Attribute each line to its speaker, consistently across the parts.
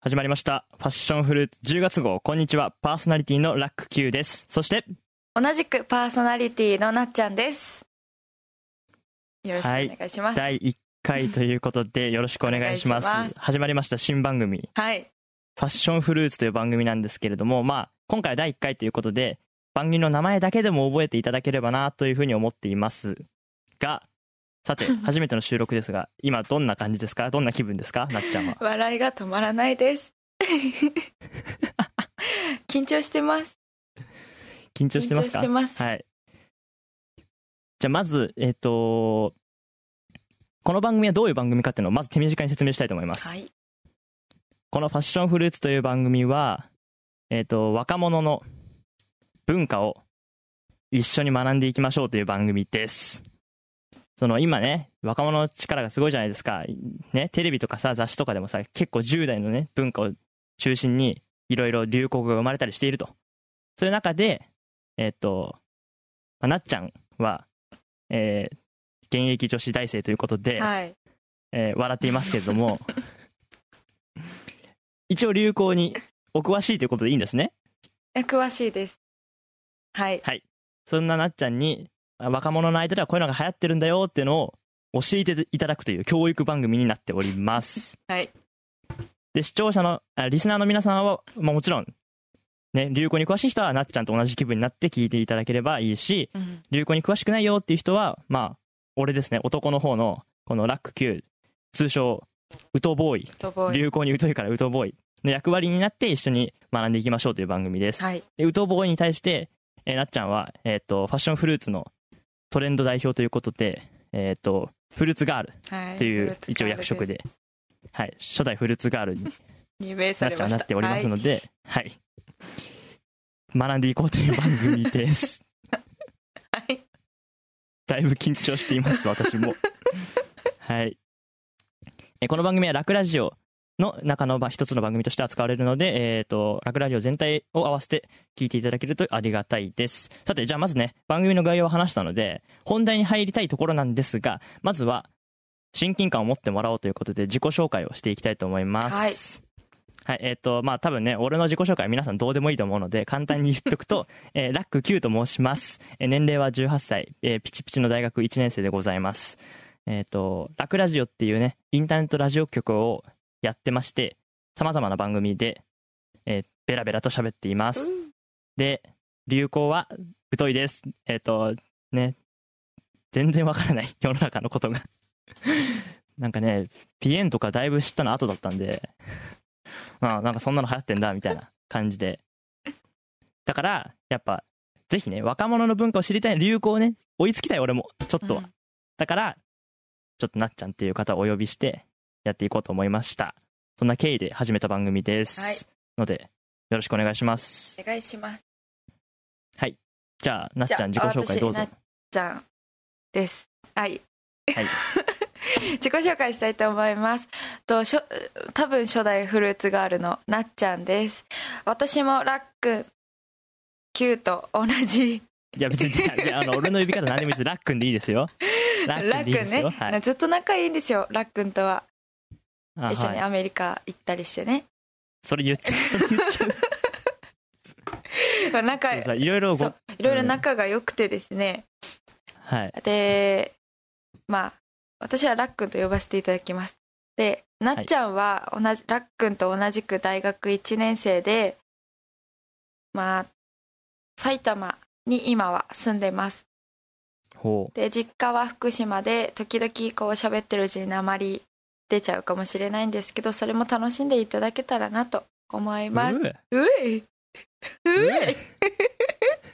Speaker 1: 始まりました。ファッションフルーツ10月号、こんにちは。パーソナリティのラック Q です。そして、
Speaker 2: 同じくパーソナリティのなっちゃんです。よろしくお願いします。は
Speaker 1: 第
Speaker 2: い。
Speaker 1: 1回ということで、よろしくお願いします。
Speaker 2: お願いします
Speaker 1: 始まりました、新番組。ファッションフルーツという番組なんですけれども、まあ、今回は第1回ということで、番組の名前だけでも覚えていただければなというふうに思っていますが、さて、初めての収録ですが、今どんな感じですかどんな気分ですかなっちゃんは。
Speaker 2: 笑いが止まらないです。 緊張してます。
Speaker 1: 緊張してますか
Speaker 2: 緊張してます
Speaker 1: はい。じゃあまず、えっ、と、この番組はどういう番組かっていうのをまず手短に説明したいと思います。
Speaker 2: はい。
Speaker 1: この「ファッションフルーツ」という番組は、えー、と若者の文化を一緒に学んでいきましょうという番組ですその今ね若者の力がすごいじゃないですか、ね、テレビとかさ雑誌とかでもさ結構10代のね文化を中心にいろいろ流行語が生まれたりしているとそういう中でえっ、と、まあなっちゃんは、えー現役女子大生ということで、
Speaker 2: はい。
Speaker 1: えー笑っていますけれども一応流行にお詳しいということでいいんですね
Speaker 2: 詳しいです。はい。
Speaker 1: そんななっちゃんにあ若者の間ではこういうのが流行ってるんだよっていうのを教えていただくという教育番組になっております
Speaker 2: はい。
Speaker 1: で視聴者のあリスナーの皆さんは、まあ、もちろんね流行に詳しい人はなっちゃんと同じ気分になって聞いていただければいいし
Speaker 2: うん
Speaker 1: 流行に詳しくないよっていう人はまあ俺ですね男の方のこのラック Q 通称ウトボーイ
Speaker 2: とぼい。
Speaker 1: 流行に疎いからウトボーイの役割になって一緒に学んでいきましょうという番組です、
Speaker 2: はい。
Speaker 1: でウトボーイに対して、えーなっちゃんは、えー、とファッションフルーツのトレンド代表ということで、えー、とフルーツガール
Speaker 2: はい。
Speaker 1: とい
Speaker 2: フル
Speaker 1: う
Speaker 2: ーツ
Speaker 1: 一応役職で、はい、初代フルーツガールになっ
Speaker 2: 任命され
Speaker 1: ちゃ
Speaker 2: ま
Speaker 1: ん
Speaker 2: し
Speaker 1: は
Speaker 2: た。
Speaker 1: なっておりますので、はい、学んでいこうという番組です
Speaker 2: はい。はい
Speaker 1: だいぶ緊張しています私もはいえーこの番組はラクラジオの中のまあ一つの番組として扱われるので、えー、とラクラジオ全体を合わせて聞いていただけるとありがたいですさてじゃあまずね番組の概要を話したので本題に入りたいところなんですがまずは親近感を持ってもらおうということで自己紹介をしていきたいと思いますはい、えっ、とまあ多分ね俺の自己紹介は皆さんどうでもいいと思うので簡単に言っとくと、 えーラック Q と申します、えー年齢は18歳、えーピチピチの大学1年生でございますえっ、とラクラジオっていうねインターネットラジオ局をやってましてさまざまな番組で、えーベラベラと喋っていますで流行は疎いですえっ、とね全然わからない 世の中のことがなんかねピエンとかだいぶ知ったの後だったんであなんかそんなの流行ってんだみたいな感じでだからやっぱぜひね若者の文化を知りたい流行をね追いつきたい俺もちょっとは、
Speaker 2: うん
Speaker 1: だからちょっとなっちゃんっていう方をお呼びしてやっていこうと思いましたそんな経緯で始めた番組です、
Speaker 2: はい
Speaker 1: のでよろしくお願いします
Speaker 2: お願いします。
Speaker 1: じゃあなっちゃん
Speaker 2: じ
Speaker 1: 自
Speaker 2: ゃあ
Speaker 1: 己紹介どうぞ
Speaker 2: 私なっちゃんです。はい。
Speaker 1: はい
Speaker 2: 自己紹介したいと思います。としょ多分初代フルーツガールのなっちゃんです。私もラック Q と同じ
Speaker 1: いや別にいやあの俺の呼び方何でもいいですラックンでいいです よラ
Speaker 2: ラ
Speaker 1: ックン
Speaker 2: ッ
Speaker 1: でい
Speaker 2: ク
Speaker 1: いです
Speaker 2: ン
Speaker 1: よ
Speaker 2: ね、
Speaker 1: はい
Speaker 2: ずっと仲いいんですよラックンとは
Speaker 1: あ
Speaker 2: 一緒に
Speaker 1: はい
Speaker 2: アメリカ行ったりしてね、
Speaker 1: それ言っちゃうそれ言っちゃう
Speaker 2: 仲
Speaker 1: そうさいろいろご
Speaker 2: そういろいろ仲が良くてですね、
Speaker 1: はい
Speaker 2: でまあ私はラックンと呼ばせていただきますでなっちゃんは同じ、ラックンと同じく大学1年生でまあ埼玉に今は住んでます
Speaker 1: ほ
Speaker 2: で実家は福島で時々こう喋ってるうちに鉛出ちゃうかもしれないんですけどそれも楽しんでいただけたらなと思いうます
Speaker 1: うえ
Speaker 2: うえ
Speaker 1: う
Speaker 2: うえ
Speaker 1: え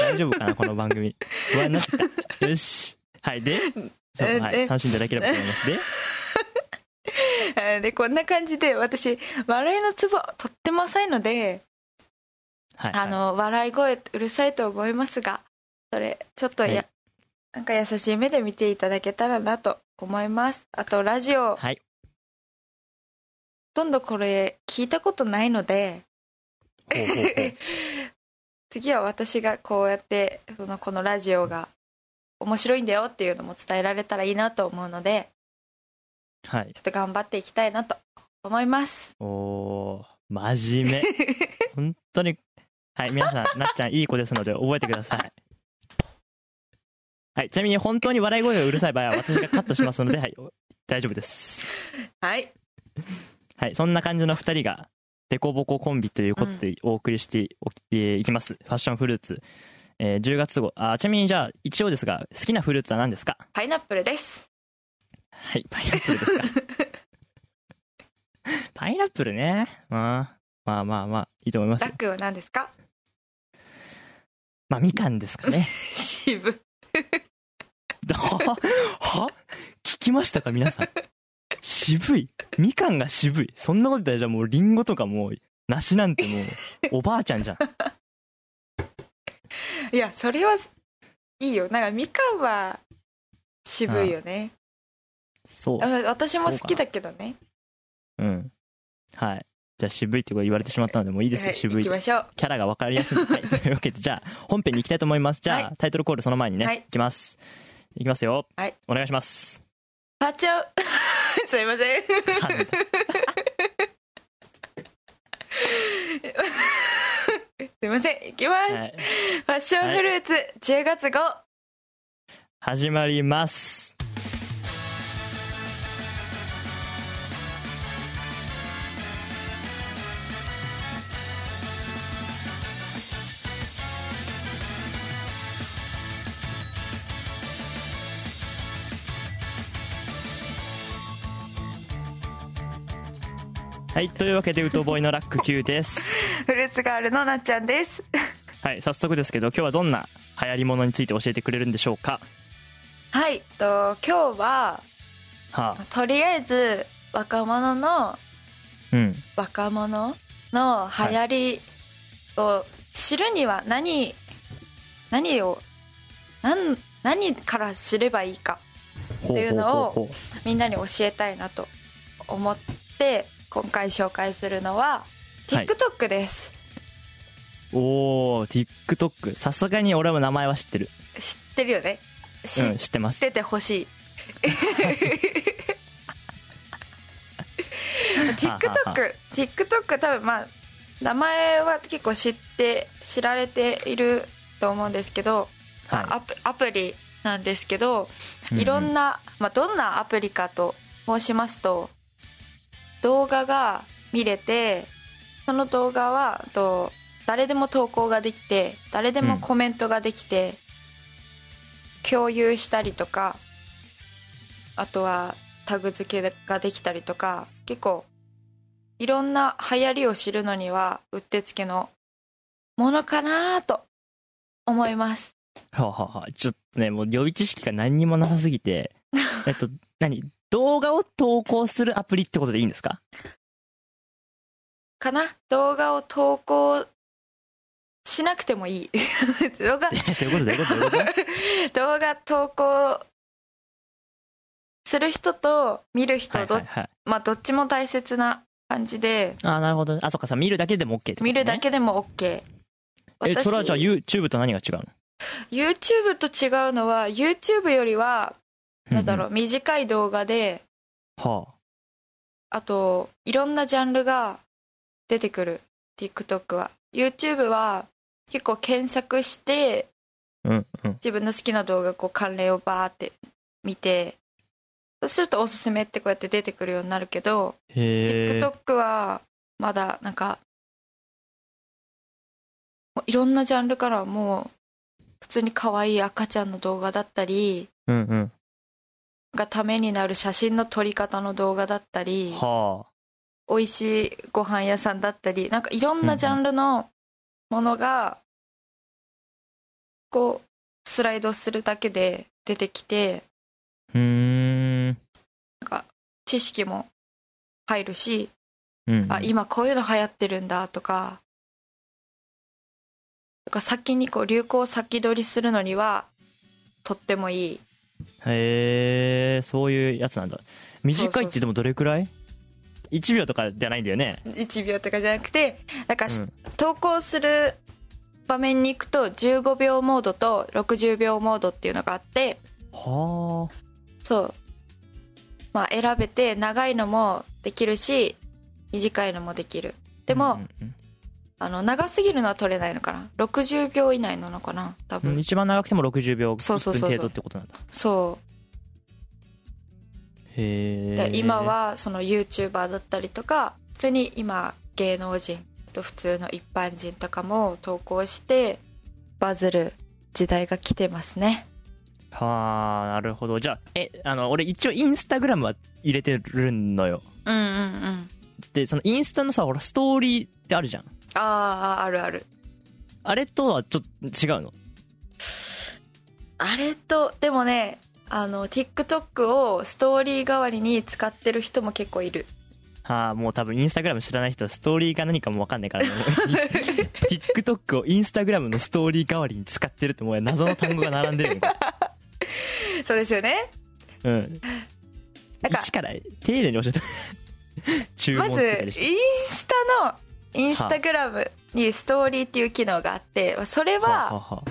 Speaker 1: 大丈夫かなこの番組不安になってきたよしはいでそう、は
Speaker 2: で
Speaker 1: い、楽しんでいただければと思いますで
Speaker 2: えー でこんな感じで私笑いのツボとっても浅いので、
Speaker 1: はい
Speaker 2: あの笑い声うるさいと思いますがそれちょっとや、
Speaker 1: はい
Speaker 2: なんか優しい目で見ていただけたらなと思いますあとラジオほ
Speaker 1: はい
Speaker 2: とんどこれ聞いたことない ので
Speaker 1: ほうほうほう
Speaker 2: 次は私がこうやってそのこのラジオが面白いんだよっていうのも伝えられたらいいなと思うので
Speaker 1: はい
Speaker 2: ちょっと頑張っていきたいなと思います。
Speaker 1: おー真 面目本当にはい皆さんなっちゃんいい子ですので覚えてくださいはいちなみに本当に笑い声がうるさい場合は私がカットしますので、はい、お大丈夫です
Speaker 2: はい。
Speaker 1: はいそんな感じの2人がデコボココンビということでお送りしておき、えーいきますファッションフルーツ、えー10月号あちなみにじゃあ一応ですが好きなフルーツは何ですか
Speaker 2: パイナップルです。
Speaker 1: はい、パイナップル ですか。パイナップルね。うん。まあまあまあ、いいと思います
Speaker 2: ラ。ックンは何で すか
Speaker 1: まあ、みかんですかね。
Speaker 2: 渋。
Speaker 1: は は聞きましたか、皆さん。渋い。みかんが渋い。そんなこと言ったら、じゃあもう、りんごとかもう、梨なんてもう、おばあちゃんじゃん。
Speaker 2: いや、それは、いいよ。なんか、みかんは、渋いよね。
Speaker 1: そ
Speaker 2: あ私も好きだけどね。
Speaker 1: う。うん。はい。じゃあ、渋いってこと言われてしまったので、もういいです
Speaker 2: は
Speaker 1: よ、
Speaker 2: い
Speaker 1: 渋
Speaker 2: 行
Speaker 1: い
Speaker 2: き。ましょう。
Speaker 1: キャラが分かりやすい。 はい、というわけで、じゃあ、本編に行きたいと思います。じゃあ、
Speaker 2: は
Speaker 1: タイトルコールその前にね、
Speaker 2: はい
Speaker 1: い、きます。いきますよ。
Speaker 2: はい
Speaker 1: お願いします。
Speaker 2: パーチョ すいません。
Speaker 1: 噛んだ
Speaker 2: すいません。行きます。
Speaker 1: はい、
Speaker 2: ファッションフルーツ、10月号。
Speaker 1: 始まります。はい、というわけで、ウトボーイのラック Q です。
Speaker 2: フルーツガールのなっちゃんです。
Speaker 1: はい、早速ですけど、今日はどんな流行りものについて教えてくれるんでしょうか。
Speaker 2: はい。と、今日は、
Speaker 1: はあ、
Speaker 2: とりあえず、若者の、
Speaker 1: うん。
Speaker 2: 若者の流行りを知るには何、何を、何、何から知ればいいか、
Speaker 1: って
Speaker 2: いうの
Speaker 1: ほうほ
Speaker 2: を
Speaker 1: うほうほう
Speaker 2: みんなに教えたいなと思って、今回紹介するのは、
Speaker 1: はい
Speaker 2: TikTok です。
Speaker 1: おお TikTok さすがに俺も名前は知ってる
Speaker 2: 知ってるよね知
Speaker 1: うん
Speaker 2: っ
Speaker 1: 知ってます
Speaker 2: てて ほしい TikTokTikTok 多分まあ名前は結構知って知られていると思うんですけど、
Speaker 1: は
Speaker 2: アプアプリなんですけど
Speaker 1: い
Speaker 2: いろん
Speaker 1: な
Speaker 2: な、まあ、どんなアプリかと申しますと動画が見れてその動画はと誰でも投稿ができて誰でもコメントができて、共有したりとかあとはタグ付けができたりとか結構いろんな流行りを知るのにはうってつけのものかなと思います。
Speaker 1: はあはあはあちょっとねもう予備知識が何にもなさすぎて えっと何動画を投稿するアプリってことでいいんですか
Speaker 2: かな動画を投稿しなくてもいい 動 画
Speaker 1: えということでということでということで
Speaker 2: 動画投稿する人と見る人
Speaker 1: はい
Speaker 2: ど,、
Speaker 1: はいはい
Speaker 2: まあ、どっちも大切な感じで
Speaker 1: あーなるほどねあそっかさ見るだけでも OK ってことね
Speaker 2: 見るだけでも OK
Speaker 1: えそれはじゃあ YouTube と何が違うの
Speaker 2: YouTube と違うのは YouTube よりはなんだろう、短い動画で
Speaker 1: うんうんはあ
Speaker 2: あといろんなジャンルが出てくる TikTok は YouTube は結構検索して
Speaker 1: うんうん
Speaker 2: 自分の好きな動画こう関連をバーって見てそうするとおすすめってこうやって出てくるようになるけど、
Speaker 1: へえ
Speaker 2: TikTok はまだなんかもういろんなジャンルからもう普通に可愛い赤ちゃんの動画だったり
Speaker 1: うんうん
Speaker 2: がためになる写真の撮り方の動画だったり
Speaker 1: は
Speaker 2: 美味しいご飯屋さんだったりなんかいろんなジャンルのものがこうスライドするだけで出てきて
Speaker 1: あうーん
Speaker 2: なんか知識も入るし、
Speaker 1: うん
Speaker 2: あ今こういうの流行ってるんだとかとか先にこう流行を先取りするのにはとってもいい
Speaker 1: へえそういうやつなんだ短い
Speaker 2: そうそ
Speaker 1: っ
Speaker 2: うそ
Speaker 1: て
Speaker 2: う
Speaker 1: でもどれくらい ?1 秒とかじゃないんだよね、
Speaker 2: 1秒とかじゃなくてなんか、
Speaker 1: うん
Speaker 2: 投稿する場面に行くと15秒モードと60秒モードっていうのがあって
Speaker 1: は
Speaker 2: そうまあ、選べて長いのもできるし短いのもできるでも、
Speaker 1: うんうん
Speaker 2: あの長すぎるのは取れないのかな60秒以内なのかな多
Speaker 1: うん
Speaker 2: 分、
Speaker 1: うん一番長くても60秒
Speaker 2: そうそう
Speaker 1: 1
Speaker 2: そ
Speaker 1: 分
Speaker 2: うそう
Speaker 1: 程度ってことなんだ
Speaker 2: そ
Speaker 1: へ
Speaker 2: う
Speaker 1: え
Speaker 2: で今はその YouTuber だったりとか普通に今芸能人あと普通の一般人とかも投稿してバズる時代が来てますね
Speaker 1: はあなるほどじゃあえあの俺一応インスタグラムは入れてるのよ
Speaker 2: うんうんうん
Speaker 1: でそのインスタのさほらストーリーってあるじゃん
Speaker 2: あああるある
Speaker 1: あれとはちょっと違うの
Speaker 2: あれとでもねあの TikTok をストーリー代わりに使ってる人も結構いる
Speaker 1: はあもう多分インスタグラム知らない人はストーリーが何かも分かんないから、ね、TikTok をインスタグラムのストーリー代わりに使ってるってもう謎の単語が並んでるみ たい
Speaker 2: そうですよね
Speaker 1: なうん
Speaker 2: なんか
Speaker 1: 一から丁寧に教えて注
Speaker 2: ま
Speaker 1: 文
Speaker 2: ず
Speaker 1: つけたりして、
Speaker 2: インスタのインスタグラムにストーリーっていう機能があってそれは
Speaker 1: はあは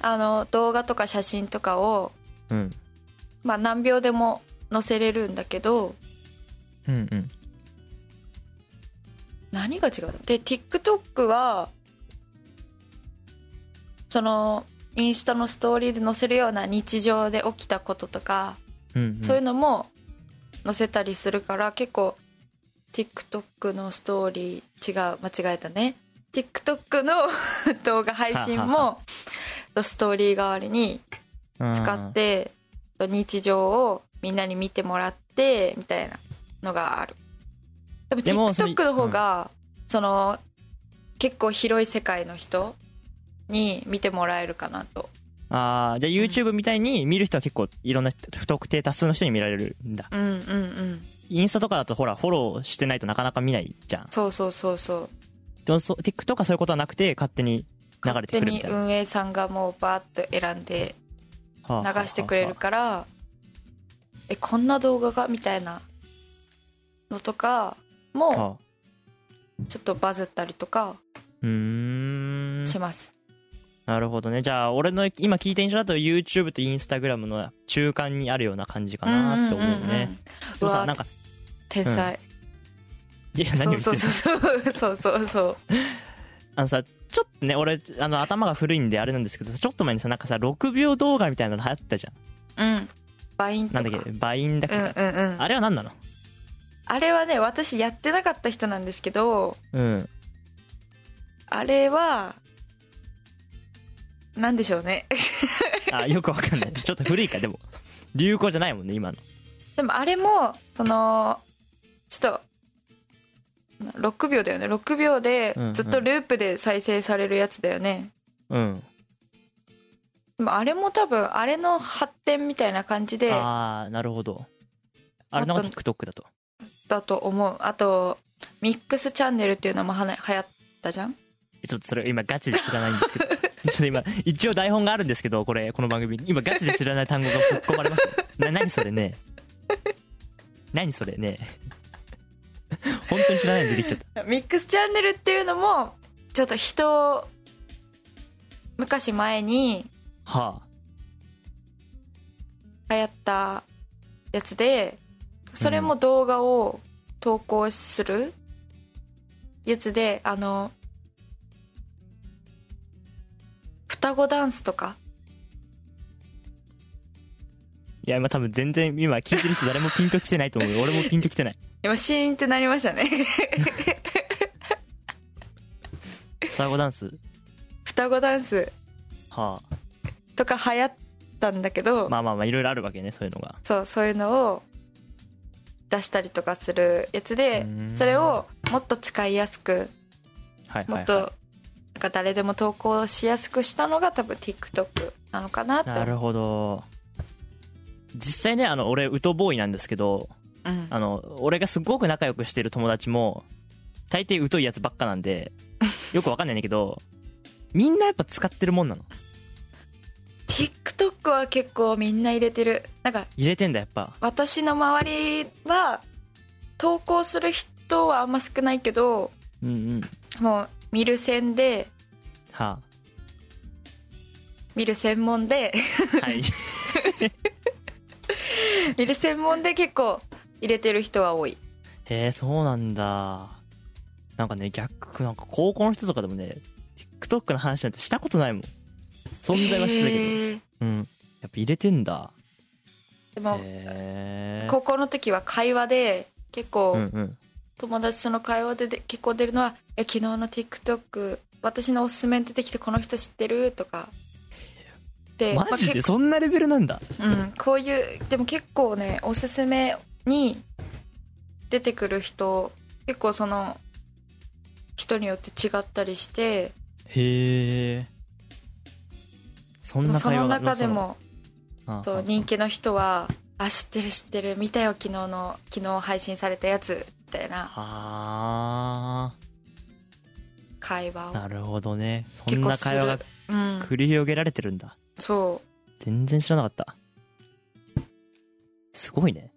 Speaker 1: あ
Speaker 2: あの動画とか写真とかを、
Speaker 1: うん、
Speaker 2: まあ、何秒でも載せれるんだけど
Speaker 1: うんうん
Speaker 2: 何が違うので TikTok はそのインスタのストーリーで載せるような日常で起きたこととか、
Speaker 1: うん
Speaker 2: そういうのも載せたりするから結構 TikTok のストーリー違う間違えたね TikTok の 動画配信
Speaker 1: はは
Speaker 2: もストーリー代わりに
Speaker 1: うん
Speaker 2: 使って日常をみんなに見てもらってみたいなのがあるでも
Speaker 1: でもそれ
Speaker 2: TikTok の方がその結構広い世界の人に見てもらえるかなと
Speaker 1: あーじゃあ YouTube みたいに見る人は結構いろんな人不特定多数の人に見られるんだ
Speaker 2: うんうんうん
Speaker 1: インスタとかだとほらフォローしてないとなかなか見ないじゃん
Speaker 2: そうそうそうそう
Speaker 1: でもそ TikTok はそういうことはなくて勝手に流れ
Speaker 2: 勝
Speaker 1: て
Speaker 2: 手
Speaker 1: くるみ
Speaker 2: に
Speaker 1: たいな
Speaker 2: 運営さんがもうバーッと選んで
Speaker 1: はあはあはあ
Speaker 2: 流してくれるからえこんな動画がみたいなのとかも
Speaker 1: はあ
Speaker 2: ちょっとバズったりとか
Speaker 1: うーん
Speaker 2: します
Speaker 1: なるほどねじゃあ俺の今聞いた印象だと YouTube と Instagram の中間にあるような感じかなって思うね、
Speaker 2: んんんん
Speaker 1: でも
Speaker 2: うわ
Speaker 1: さなんか
Speaker 2: 天才、
Speaker 1: いや何を言って
Speaker 2: そ
Speaker 1: ん
Speaker 2: う
Speaker 1: の
Speaker 2: そうそうそうそうそうそう
Speaker 1: あのさちょっとね俺あの頭が古いんであれなんですけどちょっと前にさなんかさ6秒動画みたいなの流行ったじゃん
Speaker 2: うんバイン
Speaker 1: な
Speaker 2: とか
Speaker 1: んだっけバインだっけ、
Speaker 2: うんうんうんあ
Speaker 1: あれは何なの
Speaker 2: れはね私やってなかった人なんですけど
Speaker 1: うん
Speaker 2: あれはなんでしょうね
Speaker 1: あよくわかんないちょっと古いかでも流行じゃないもんね今の
Speaker 2: でもあれもそのちょっと6秒だよね6秒で
Speaker 1: うんうん
Speaker 2: ずっとループで再生されるやつだよね、
Speaker 1: うん
Speaker 2: でもあれも多分あれの発展みたいな感じで
Speaker 1: ああなるほどあれなんか TikTok だと
Speaker 2: だと思うあとミックスチャンネルっていうのもはな流行ったじゃん
Speaker 1: えちょっとそれ今ガチで知らないんですけど ちょっと今一応台本があるんですけどこれこの番組に今ガチで知らない単語がぶっ込まれました な何それね何それね 本当に知らないの出てきちゃった
Speaker 2: ミックスチャンネルっていうのもちょっと人を昔前に
Speaker 1: は
Speaker 2: 流行ったやつでそれも動画を投稿するやつで、あの双子ダンスと
Speaker 1: あ
Speaker 2: か
Speaker 1: いや今多分全然今聞いてる人誰もピンときてないと思うよ俺もピンときてない
Speaker 2: 今シーンってなりましたね
Speaker 1: 双子ダンス
Speaker 2: 双子ダンス
Speaker 1: は
Speaker 2: とか流行ったんだけ
Speaker 1: あ
Speaker 2: ど、
Speaker 1: まあまあまあいろいろあるわけねそういうのが
Speaker 2: そうそういうのを出したりとかするやつで
Speaker 1: うん
Speaker 2: それをもっと使いやすく
Speaker 1: はい
Speaker 2: も
Speaker 1: は
Speaker 2: っ
Speaker 1: い、は
Speaker 2: となんか誰でも投稿しやすくしたのが多分 TikTok なのかなっ
Speaker 1: い、
Speaker 2: て
Speaker 1: なるほど実際ねあの俺ウトボーイなんですけど
Speaker 2: うん
Speaker 1: あの俺がすごく仲良くしてる友達も大抵疎いやつばっかなん でよくわかんないんだけどみんなやっぱ使ってるもんなの
Speaker 2: TikTok は結構みんな入れてるなんか
Speaker 1: 入れてんだやっぱ
Speaker 2: 私の周りは投稿する人はあんま少ないけど
Speaker 1: うんうん
Speaker 2: もう見る専で
Speaker 1: は
Speaker 2: 見る専門で
Speaker 1: あはい
Speaker 2: 見る専門で結構入れてる人は多い
Speaker 1: へえ、そうなんだ。なんかね、逆、なんか高校の人とかでもね、TikTok の話なんてしたことないもん。存在はしてたけど。
Speaker 2: へー
Speaker 1: うん。やっぱ入れてんだ。
Speaker 2: でも
Speaker 1: へえ。
Speaker 2: 高校の時は会話で結構、
Speaker 1: うんうん。
Speaker 2: 友達との会話でで結構出るのは「え昨日の TikTok 私のおすすめに出てきてこの人知ってる?」とかで
Speaker 1: マジで
Speaker 2: ま
Speaker 1: そんなレベルなんだ。
Speaker 2: あ結構うん、こういうでも結構ねおすすめに出てくる人結構その人によって違ったりして
Speaker 1: へえ。そんな
Speaker 2: そ
Speaker 1: 会
Speaker 2: の
Speaker 1: 話が
Speaker 2: 中でも
Speaker 1: そ
Speaker 2: そう
Speaker 1: の
Speaker 2: 人気の人は「あ知ってる知ってる見たよ昨日の昨日配信されたやつ」みたいな
Speaker 1: あ
Speaker 2: 会話
Speaker 1: あ
Speaker 2: を
Speaker 1: なるほどねそ
Speaker 2: 結
Speaker 1: ん
Speaker 2: 構
Speaker 1: な
Speaker 2: す
Speaker 1: 会話が
Speaker 2: る、うん、
Speaker 1: 繰り広げられてるんだ
Speaker 2: そう
Speaker 1: 全然知らなかったすごいね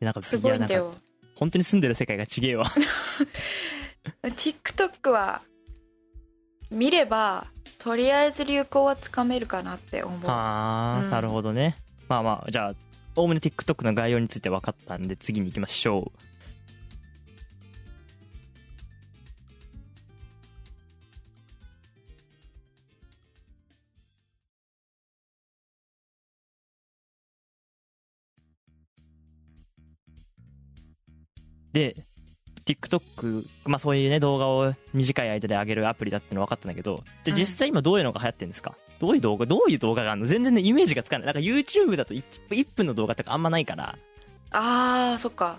Speaker 1: なんか
Speaker 2: すごいんだ
Speaker 1: やな
Speaker 2: よ
Speaker 1: か本当に住んでる世界がちげえ わ
Speaker 2: TikTok は見ればとりあえず流行はつかめるかなって思う
Speaker 1: はあ、
Speaker 2: うん
Speaker 1: なるほどねまあまあじゃあおおむね TikTok の概要について分かったんで次に行きましょうで TikTok、まあ、そういうね動画を短い間で上げるアプリだっての分かったんだけどじゃあ
Speaker 2: うん
Speaker 1: 実際今どういうのが流行ってるんですか、どういう動画どういう動画があるの全然ねイメージがつかないなんか YouTube だと 1, 分の動画とかあんまないから
Speaker 2: あーそっか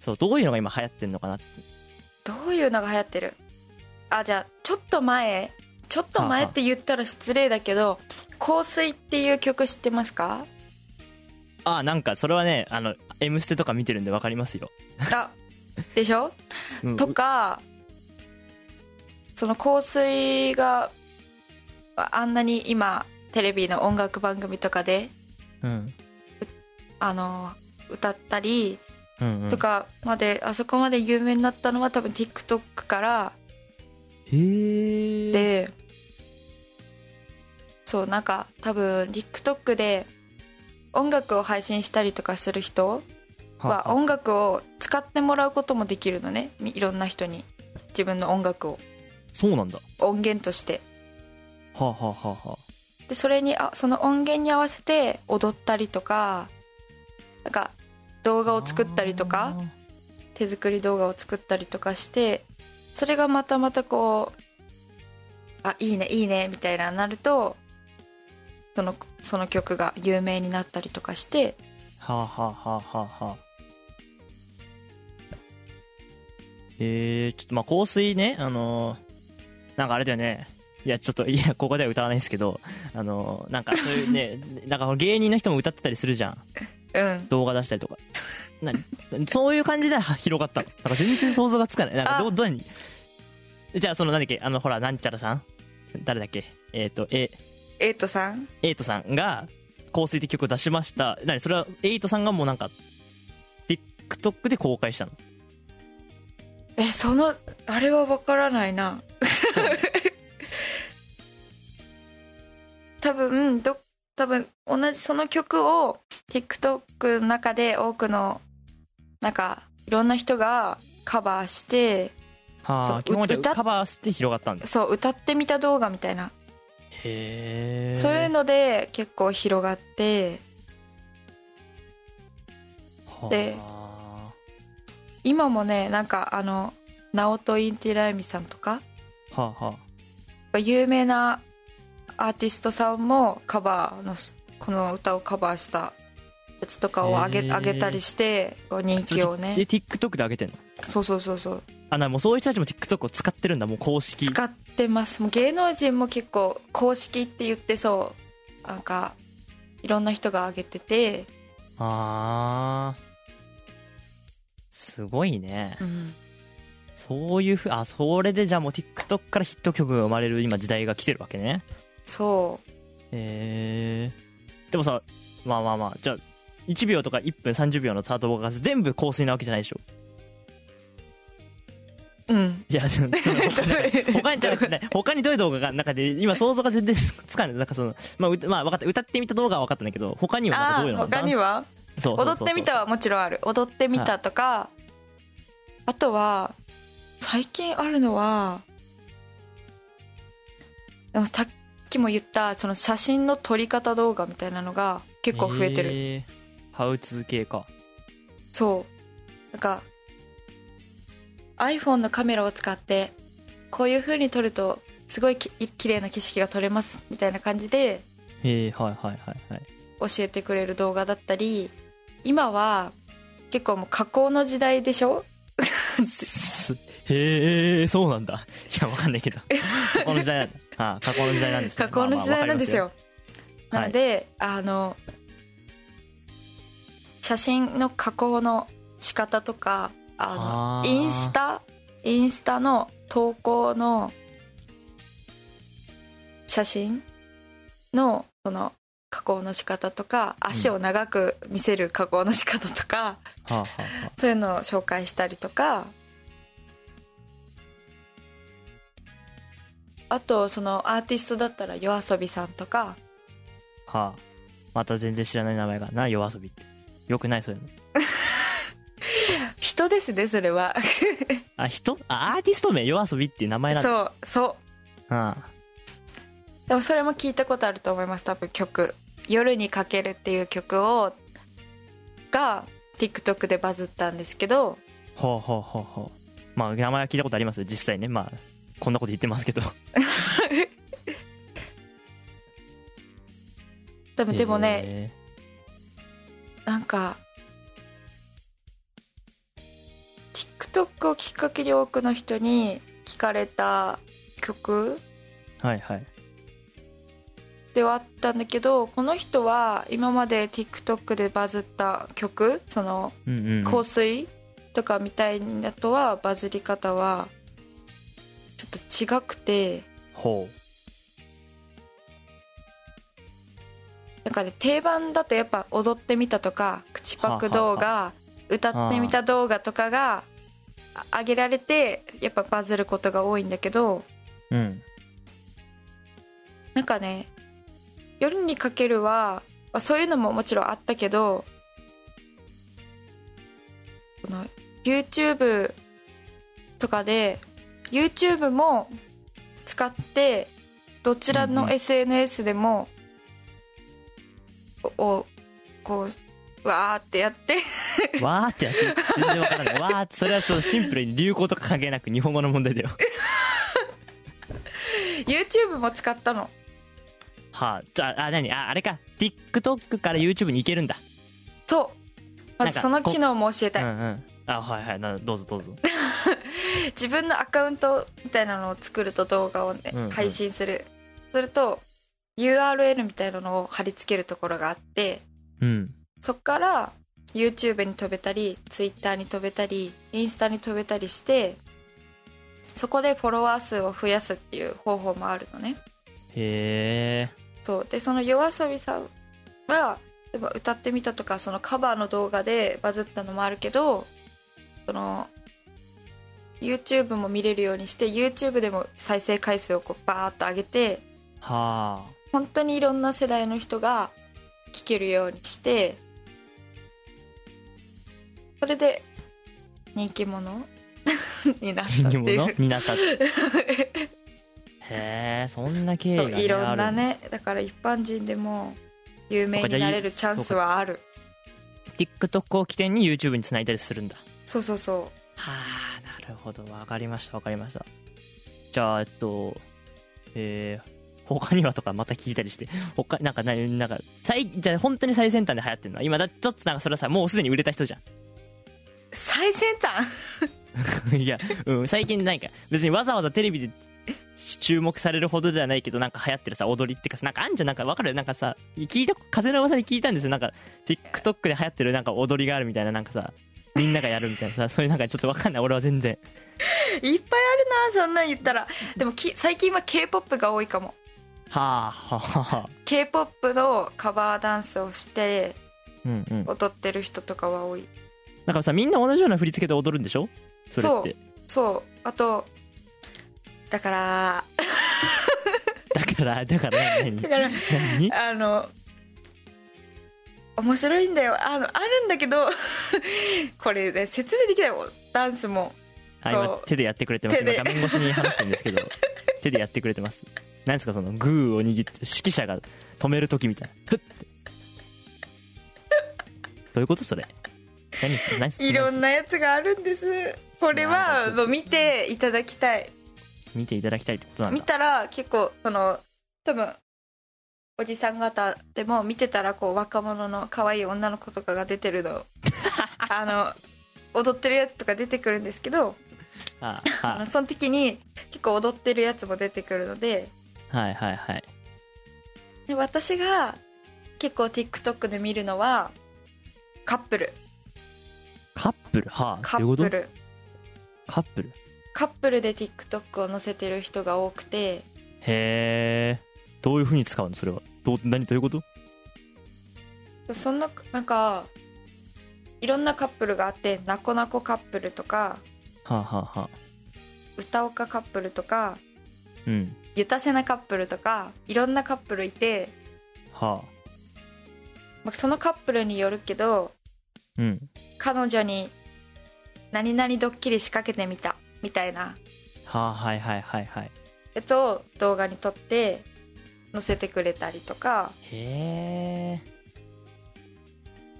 Speaker 1: そうどういうのが今流行ってるのかなって
Speaker 2: どういうのが流行ってるあじゃあちょっと前ちょっと前って言ったら失礼だけど「香水」っていう曲知ってますか
Speaker 1: ああなんかそれはねあの「M ステ」とか見てるんで分かりますよ、
Speaker 2: あでしょ
Speaker 1: うん
Speaker 2: とかその香水がああんなに今テレビの音楽番組とかで
Speaker 1: うん
Speaker 2: あの歌ったり
Speaker 1: うんうん
Speaker 2: とかまで、あそこまで有名になったのは多分 TikTok から
Speaker 1: へえ
Speaker 2: で、そうなんか多分 TikTok で音楽を配信したりとかする人は音楽を使ってもらうこともできるのねみいろんな人に自分の音楽を
Speaker 1: そうなんだは
Speaker 2: 音源として
Speaker 1: あ、はあはあは
Speaker 2: でそれにあその音源に合わせて踊ったりとかなんか動
Speaker 1: あ、
Speaker 2: 画を作ったりとか
Speaker 1: あー
Speaker 2: 手作り動画を作ったりとかしてそれがまたまたこうあいいねいいねみたいななるとそのその曲が有名になったりとかして
Speaker 1: はあはあはあはあはあえー、ちょっとまあ香水ねあのーなんかあれだよねいやちょっといやここでは歌わないですけどあのーなんかそういうね なんか芸人の人も歌ってたりするじゃん
Speaker 2: うん
Speaker 1: 動画出したりとかなそういう感じでは広がったのなんか全然想像がつかないなんかど
Speaker 2: あ
Speaker 1: どうにじゃあその何だっけあのほらなんちゃらさん誰だっけえっ、とえ
Speaker 2: エイトさん
Speaker 1: エイトさんが「香水」って曲を出しました何それはエイトさんがもうなんか TikTok で公開したの
Speaker 2: えそのあれはわからないな多分ど多分同じその曲を TikTok の中で多くのなんかいろんな人がカバーして
Speaker 1: は
Speaker 2: そう
Speaker 1: あ基本的に
Speaker 2: 歌っ
Speaker 1: カバーして広がったんだ
Speaker 2: そう歌ってみた動画みたいな
Speaker 1: へえ
Speaker 2: そういうので結構広がってで
Speaker 1: は
Speaker 2: 今もねなんかあのナオト・インティライミさんとか
Speaker 1: あはあは
Speaker 2: 有名なアーティストさんもカバーのしこの歌をカバーしたやつとかをあげ,、
Speaker 1: へー
Speaker 2: あげたりしてこう人
Speaker 1: あ
Speaker 2: 気を
Speaker 1: で
Speaker 2: ね
Speaker 1: TikTok で上げてんの
Speaker 2: そうそうそうそう
Speaker 1: あなもうそういう人たちも TikTok を使ってるんだもう公式
Speaker 2: 使ってますもう芸能人も結構公式って言ってそうなんかいろんな人が上げてて、
Speaker 1: あーすごいね
Speaker 2: うん、
Speaker 1: そういうふうあそれでじゃあもう TikTok からヒット曲が生まれる今時代が来てるわけね
Speaker 2: そう
Speaker 1: へえでもさまあまあまあじゃあ1秒とか1分30秒のサート動画が全部香水なわけじゃないでしょ
Speaker 2: うん
Speaker 1: いやそのその 他にじゃなくて ね他にどういう動画が中で今想像が全然つかないなんかそのまあ、うまあ、分かった歌ってみた動画は分かったんだけど他にはなんか
Speaker 2: あ
Speaker 1: どういう
Speaker 2: ー
Speaker 1: のが
Speaker 2: 他には
Speaker 1: ダンそうそうそう
Speaker 2: 踊
Speaker 1: そう
Speaker 2: ってみたはもちろんある踊ってみたとか、あとは最近あるのはでもさっきも言ったその写真の撮り方動画みたいなのが結構増えてる、
Speaker 1: へーハウツー系か
Speaker 2: そうなんか iPhone のカメラを使ってこういう風に撮るとすごいき綺麗な景色が撮れますみたいな感じで
Speaker 1: へえはいはいはいはい
Speaker 2: 教えてくれる動画だったり今は結構もう加工の時代でしょ
Speaker 1: すへえそうなんだいやわかんない けど過去の時代なんだああ過去の時代なんですね
Speaker 2: 加工の時代なんですよ,、
Speaker 1: まあまあわかりますよ
Speaker 2: なので、あの写真の加工の仕方とか
Speaker 1: あ
Speaker 2: あの
Speaker 1: ー
Speaker 2: インスタインスタの投稿の写真のその加工の仕方とか足を長く見せる加工の仕方とか、
Speaker 1: はあはあは
Speaker 2: そういうのを紹介したりとかあとそのアーティストだったら YOASOBI さんとか
Speaker 1: あはあまた全然知らない名前がな夜遊びってよくないそういうの
Speaker 2: 人ですねそれは
Speaker 1: あ人あアーティスト名夜遊びっていう名前なんだ
Speaker 2: そうそ
Speaker 1: あ
Speaker 2: うでもそれも聞いたことあると思います多分曲「夜にかける」っていう曲をが TikTok でバズったんですけど
Speaker 1: あはあはあはあはあまあ名前は聞いたことありますよ実際ねまあこんなこと言ってますけど
Speaker 2: で もでもね、
Speaker 1: へ
Speaker 2: なんか TikTok をきっかけに多くの人に聞かれた曲
Speaker 1: えはいはい
Speaker 2: ではあったんだけどこの人は今まで TikTok でバズった曲その
Speaker 1: うんうんうん
Speaker 2: 香水とかみたいなとはバズり方はちょっと違くて
Speaker 1: ほう
Speaker 2: なんかね定番だとやっぱ踊ってみたとか口パク
Speaker 1: は
Speaker 2: 動画歌ってみた動画とかがあ上げられてやっぱバズることが多いんだけど
Speaker 1: うん
Speaker 2: なんかね「夜にかけるは」まあそういうのももちろんあったけどこの YouTube とかで YouTube も使ってどちら
Speaker 1: うんう
Speaker 2: の
Speaker 1: ん
Speaker 2: SNS でも、ををこうわーってやって
Speaker 1: わーってやって全然わからないわーってそれはそうシンプルに流行とか関係なく日本語の問題だよ
Speaker 2: YouTube も使ったの
Speaker 1: はあじゃああ何ああれか TikTok から YouTube に行けるんだ
Speaker 2: そうま
Speaker 1: なん
Speaker 2: ず
Speaker 1: か
Speaker 2: その機能も教えた
Speaker 1: うん
Speaker 2: い
Speaker 1: うんあはいはいなどうぞどうぞ
Speaker 2: 自分のアカウントみたいなのを作ると動画をね、
Speaker 1: うんうん
Speaker 2: 配信するすると URL みたいなのを貼り付けるところがあって
Speaker 1: うん
Speaker 2: そっから YouTube に飛べたり Twitter に飛べたりインスタに飛べたりしてそこでフォロワー数を増やすっていう方法もあるのね
Speaker 1: へえ
Speaker 2: そうでその YOASOBI さんはやっぱ歌ってみたとかそのカバーの動画でバズったのもあるけどその YouTube も見れるようにして YouTube でも再生回数をこうバーッと上げて
Speaker 1: はあ
Speaker 2: 本当にいろんな世代の人が聴けるようにしてそれで人気者 になったって
Speaker 1: 人気
Speaker 2: いう
Speaker 1: 者になったって へえそんな経緯
Speaker 2: そ
Speaker 1: が、
Speaker 2: う
Speaker 1: ね、
Speaker 2: いろんな
Speaker 1: ある
Speaker 2: ねだから一般人でも有名になれるチャンスはある
Speaker 1: TikTok を起点に YouTube につないだりするんだ
Speaker 2: そうそうそう
Speaker 1: はあなるほどわかりましたわかりましたじゃあえっとえー他にはとかまた聞いたりして他なんかななんか最じゃあ本当に最先端で流行ってるのは今だちょっとなんかそれはさもうすでに売れた人じゃん
Speaker 2: 最先端
Speaker 1: いや、うん、最近なんか別にわざわざテレビでし注目されるほどではないけどなんか流行ってるさ踊りってかさなんかあんじゃんなんかわかるなんかさ聞いた風の噂で聞いたんですよなんか TikTok で流行ってるなんか踊りがあるみたいななんかさみんながやるみたいなさ そういうなんかちょっとわかんない俺は全然
Speaker 2: いっぱいあるなそんなん言ったらでもき最近は k p o p が多いかも
Speaker 1: はあはあはあ
Speaker 2: k p o p のカバーダンスをして
Speaker 1: うんうん
Speaker 2: 踊ってる人とかは多い
Speaker 1: だからさみんな同じような振り付けで踊るんでしょそれって
Speaker 2: そうあとだから
Speaker 1: だからだから何
Speaker 2: だから
Speaker 1: 何
Speaker 2: あの面白いんだよあのあるんだけど これね説明できないもんダンスも
Speaker 1: はい、今
Speaker 2: こう
Speaker 1: 手でやってくれてます
Speaker 2: 手で
Speaker 1: 今画面越しに話してるんですけ ど手でやってくれてます何ですかそのグーを握って指揮者が止める時みたいなふっってどういうことそれ何ですか何ですか
Speaker 2: いろ
Speaker 1: 何で
Speaker 2: んなやつがあるんですこれ
Speaker 1: なんかち
Speaker 2: は
Speaker 1: ょっと
Speaker 2: もう見ていただきたい
Speaker 1: すか見ていただきたいってことなん
Speaker 2: 見
Speaker 1: だ
Speaker 2: たら結構その多分おじさん方でも見てたらこう若者の可愛い女の子とかが出て るのあの踊ってるやつとか出てくるんですけど
Speaker 1: あ
Speaker 2: あの
Speaker 1: あ
Speaker 2: その時に結構踊ってるやつも出てくるので
Speaker 1: はいはいはい
Speaker 2: で私が結構 TikTok で見るのはカップル
Speaker 1: カップルはあ
Speaker 2: カ
Speaker 1: どうい
Speaker 2: ッ
Speaker 1: うこ
Speaker 2: プ
Speaker 1: と
Speaker 2: ル
Speaker 1: カップルへ
Speaker 2: カップルで TikTok を載せてる人が多くて
Speaker 1: えどういうふうに使うのそれはどう何どういうこと
Speaker 2: そんななんかいろんなカップルがあってなこなこカップルとか
Speaker 1: はあはあはあ
Speaker 2: 歌おかカップルとか
Speaker 1: うん
Speaker 2: ゆたせなカップルとかいろんなカップルいて、
Speaker 1: はあ
Speaker 2: まあ、そのカップルによるけど
Speaker 1: うん
Speaker 2: 彼女に「何々ドッキリ仕掛けてみた」みたいな
Speaker 1: はあはいはいはいはい
Speaker 2: やつを動画に撮って載せてくれたりとか
Speaker 1: へえ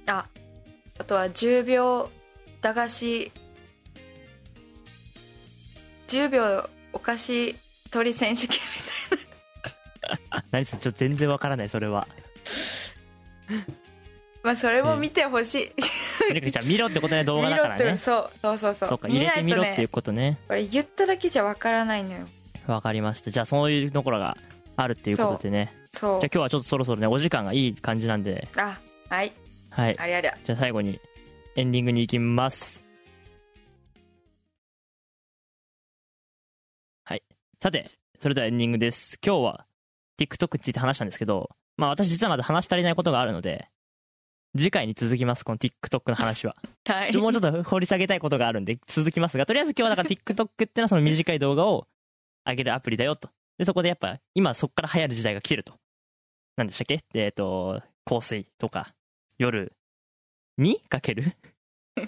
Speaker 2: ああとは10秒駄菓子10秒お菓子取り選手権
Speaker 1: 何それちょっと全然わからないそれは
Speaker 2: みたいなまあそれも見てほしい、
Speaker 1: ミルクちゃん見ろってことね動画
Speaker 2: 見
Speaker 1: だ
Speaker 2: ろ
Speaker 1: から
Speaker 2: って
Speaker 1: ね
Speaker 2: そうそうそうそう
Speaker 1: そうか入れてみろ
Speaker 2: 見
Speaker 1: っ
Speaker 2: な
Speaker 1: て
Speaker 2: いと
Speaker 1: い
Speaker 2: ね
Speaker 1: うことね
Speaker 2: これ言っただけじゃわからないのよ
Speaker 1: わかりましたじゃあそういうところがあるっていうことでね
Speaker 2: そ
Speaker 1: じゃあ今日はちょっとそろそろねお時間がいい感じなんで
Speaker 2: うあはい
Speaker 1: はい
Speaker 2: ありゃりゃ
Speaker 1: じゃあ最後にエンディングに行きますはいさてそれではエンディングです今日は TikTok について話したんですけどまあ私実はまだ話し足りないことがあるので次回に続きますこの TikTok の話は
Speaker 2: はい
Speaker 1: ちょもうちょっと掘り下げたいことがあるんで続きますがとりあえず今日はだから TikTok ってのはその短い動画を上げるアプリだよとでそこでやっぱ今そこから流行る時代が来てると何でしたっけでえっと香水とか夜にかける
Speaker 2: う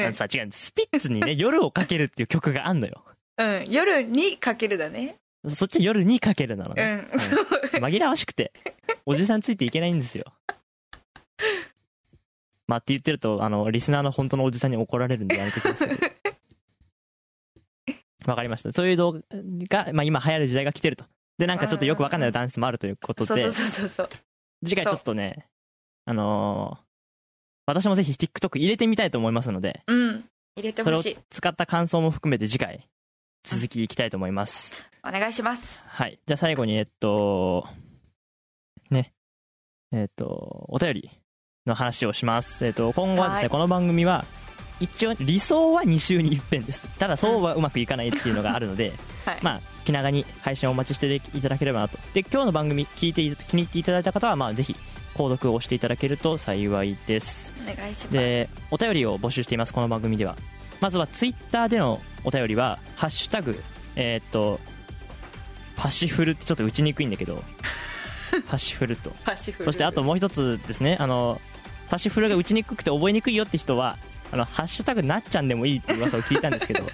Speaker 2: ん
Speaker 1: あのさ違うスピッツにね夜をかけるっていう曲があんのよ
Speaker 2: うん夜にかけるだね
Speaker 1: そっちは夜にかけるなの
Speaker 2: う
Speaker 1: ね、
Speaker 2: んそう
Speaker 1: 紛らわしくておじさんついていけないんですよまあって言ってるとあのリスナーの本当のおじさんに怒られるんでやめてくだ さいわかりましたそういう動画が、まあ、今流行る時代が来てるとでなんかちょっとよくわかんないダンスもあるということ
Speaker 2: そうそ
Speaker 1: で
Speaker 2: うそうそう
Speaker 1: 次回ちょっとねあのー私もぜひ TikTok 入れてみたいと思いますので
Speaker 2: うん入れて
Speaker 1: そ
Speaker 2: ほ
Speaker 1: れを
Speaker 2: しい
Speaker 1: 使った感想も含めて次回続きいきたいと思います
Speaker 2: お願いします
Speaker 1: はい。じゃあ最後に、えっと、ね。えっと、お便りの話をします。えっと、今後はです
Speaker 2: は
Speaker 1: ね、
Speaker 2: い
Speaker 1: この番組は、一応、理想は2週に一遍です。ただ、そうはうまくいかないっていうのがあるので、
Speaker 2: はい
Speaker 1: まあ、気長に配信をお待ちしていただければなと。で、今日の番組、聞いてい、気に入っていただいた方は、まあ、ぜひ、購読を押していただけると幸いです。
Speaker 2: お願いします
Speaker 1: でお便りを募集していますこの番組ではまずはツイッターでのお便りは「ハッシュタグえーっとパシフル」ってちょっと打ちにくいんだけどパシフルと
Speaker 2: パシフル
Speaker 1: そしてあともう一つですねあのパシフルが打ちにくくて覚えにくいよって人は「あのハッシュタグなっちゃんでもいい」って噂を聞いたんですけど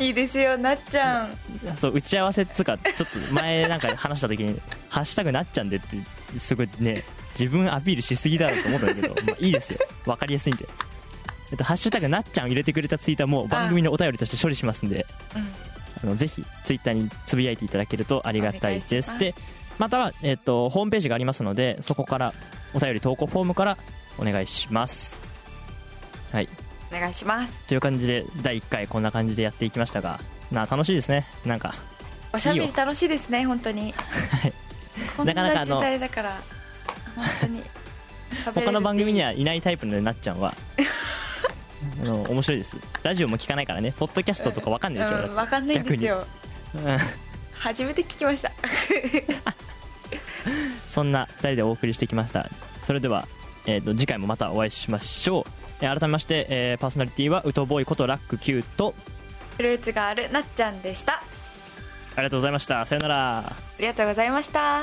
Speaker 2: いいですよなっちゃん
Speaker 1: そう打ち合わせっつうかちょっと前なんか話した時に「ハッシュタグなっちゃんで」ってすごいね自分アピールしすぎだろうと思ったんだけ ど、まあ、いいですよ分かりやすいんで、えっと「ハッシュタグなっちゃん」を入れてくれたツイートはもう番組のお便りとして処理しますんで
Speaker 2: うん
Speaker 1: あのぜひツイッターにつぶやいていただけるとありがたい
Speaker 2: お願
Speaker 1: で
Speaker 2: いし
Speaker 1: す
Speaker 2: ます
Speaker 1: でまたは、えっとホームページがありますのでそこからお便り投稿フォームからお願いしますはい
Speaker 2: お願いします
Speaker 1: という感じで第1回こんな感じでやっていきましたがなあ楽しいですねなんか
Speaker 2: おしゃべ
Speaker 1: いい
Speaker 2: り
Speaker 1: よ
Speaker 2: 楽しいですね本当にこん
Speaker 1: なかなか
Speaker 2: な
Speaker 1: あ
Speaker 2: 時
Speaker 1: の
Speaker 2: 代だから本当に喋れるって
Speaker 1: 他の番組に
Speaker 2: いい
Speaker 1: はいないタイプのなっちゃんはあの面白いですラジオも聞かないからねポッドキャストとかわかんないでしょ、
Speaker 2: うん、わかんないんですよ
Speaker 1: だって
Speaker 2: 初めて聞きました
Speaker 1: うんそんな2人でお送りしてきましたそれでは、えーと次回もまたお会いしましょう、えー改めまして、えーパーソナリティはウトボーイことラック Q と
Speaker 2: フルーツがあるなっちゃんでしたあ
Speaker 1: ありがとうございましたさよなら
Speaker 2: りがとうございました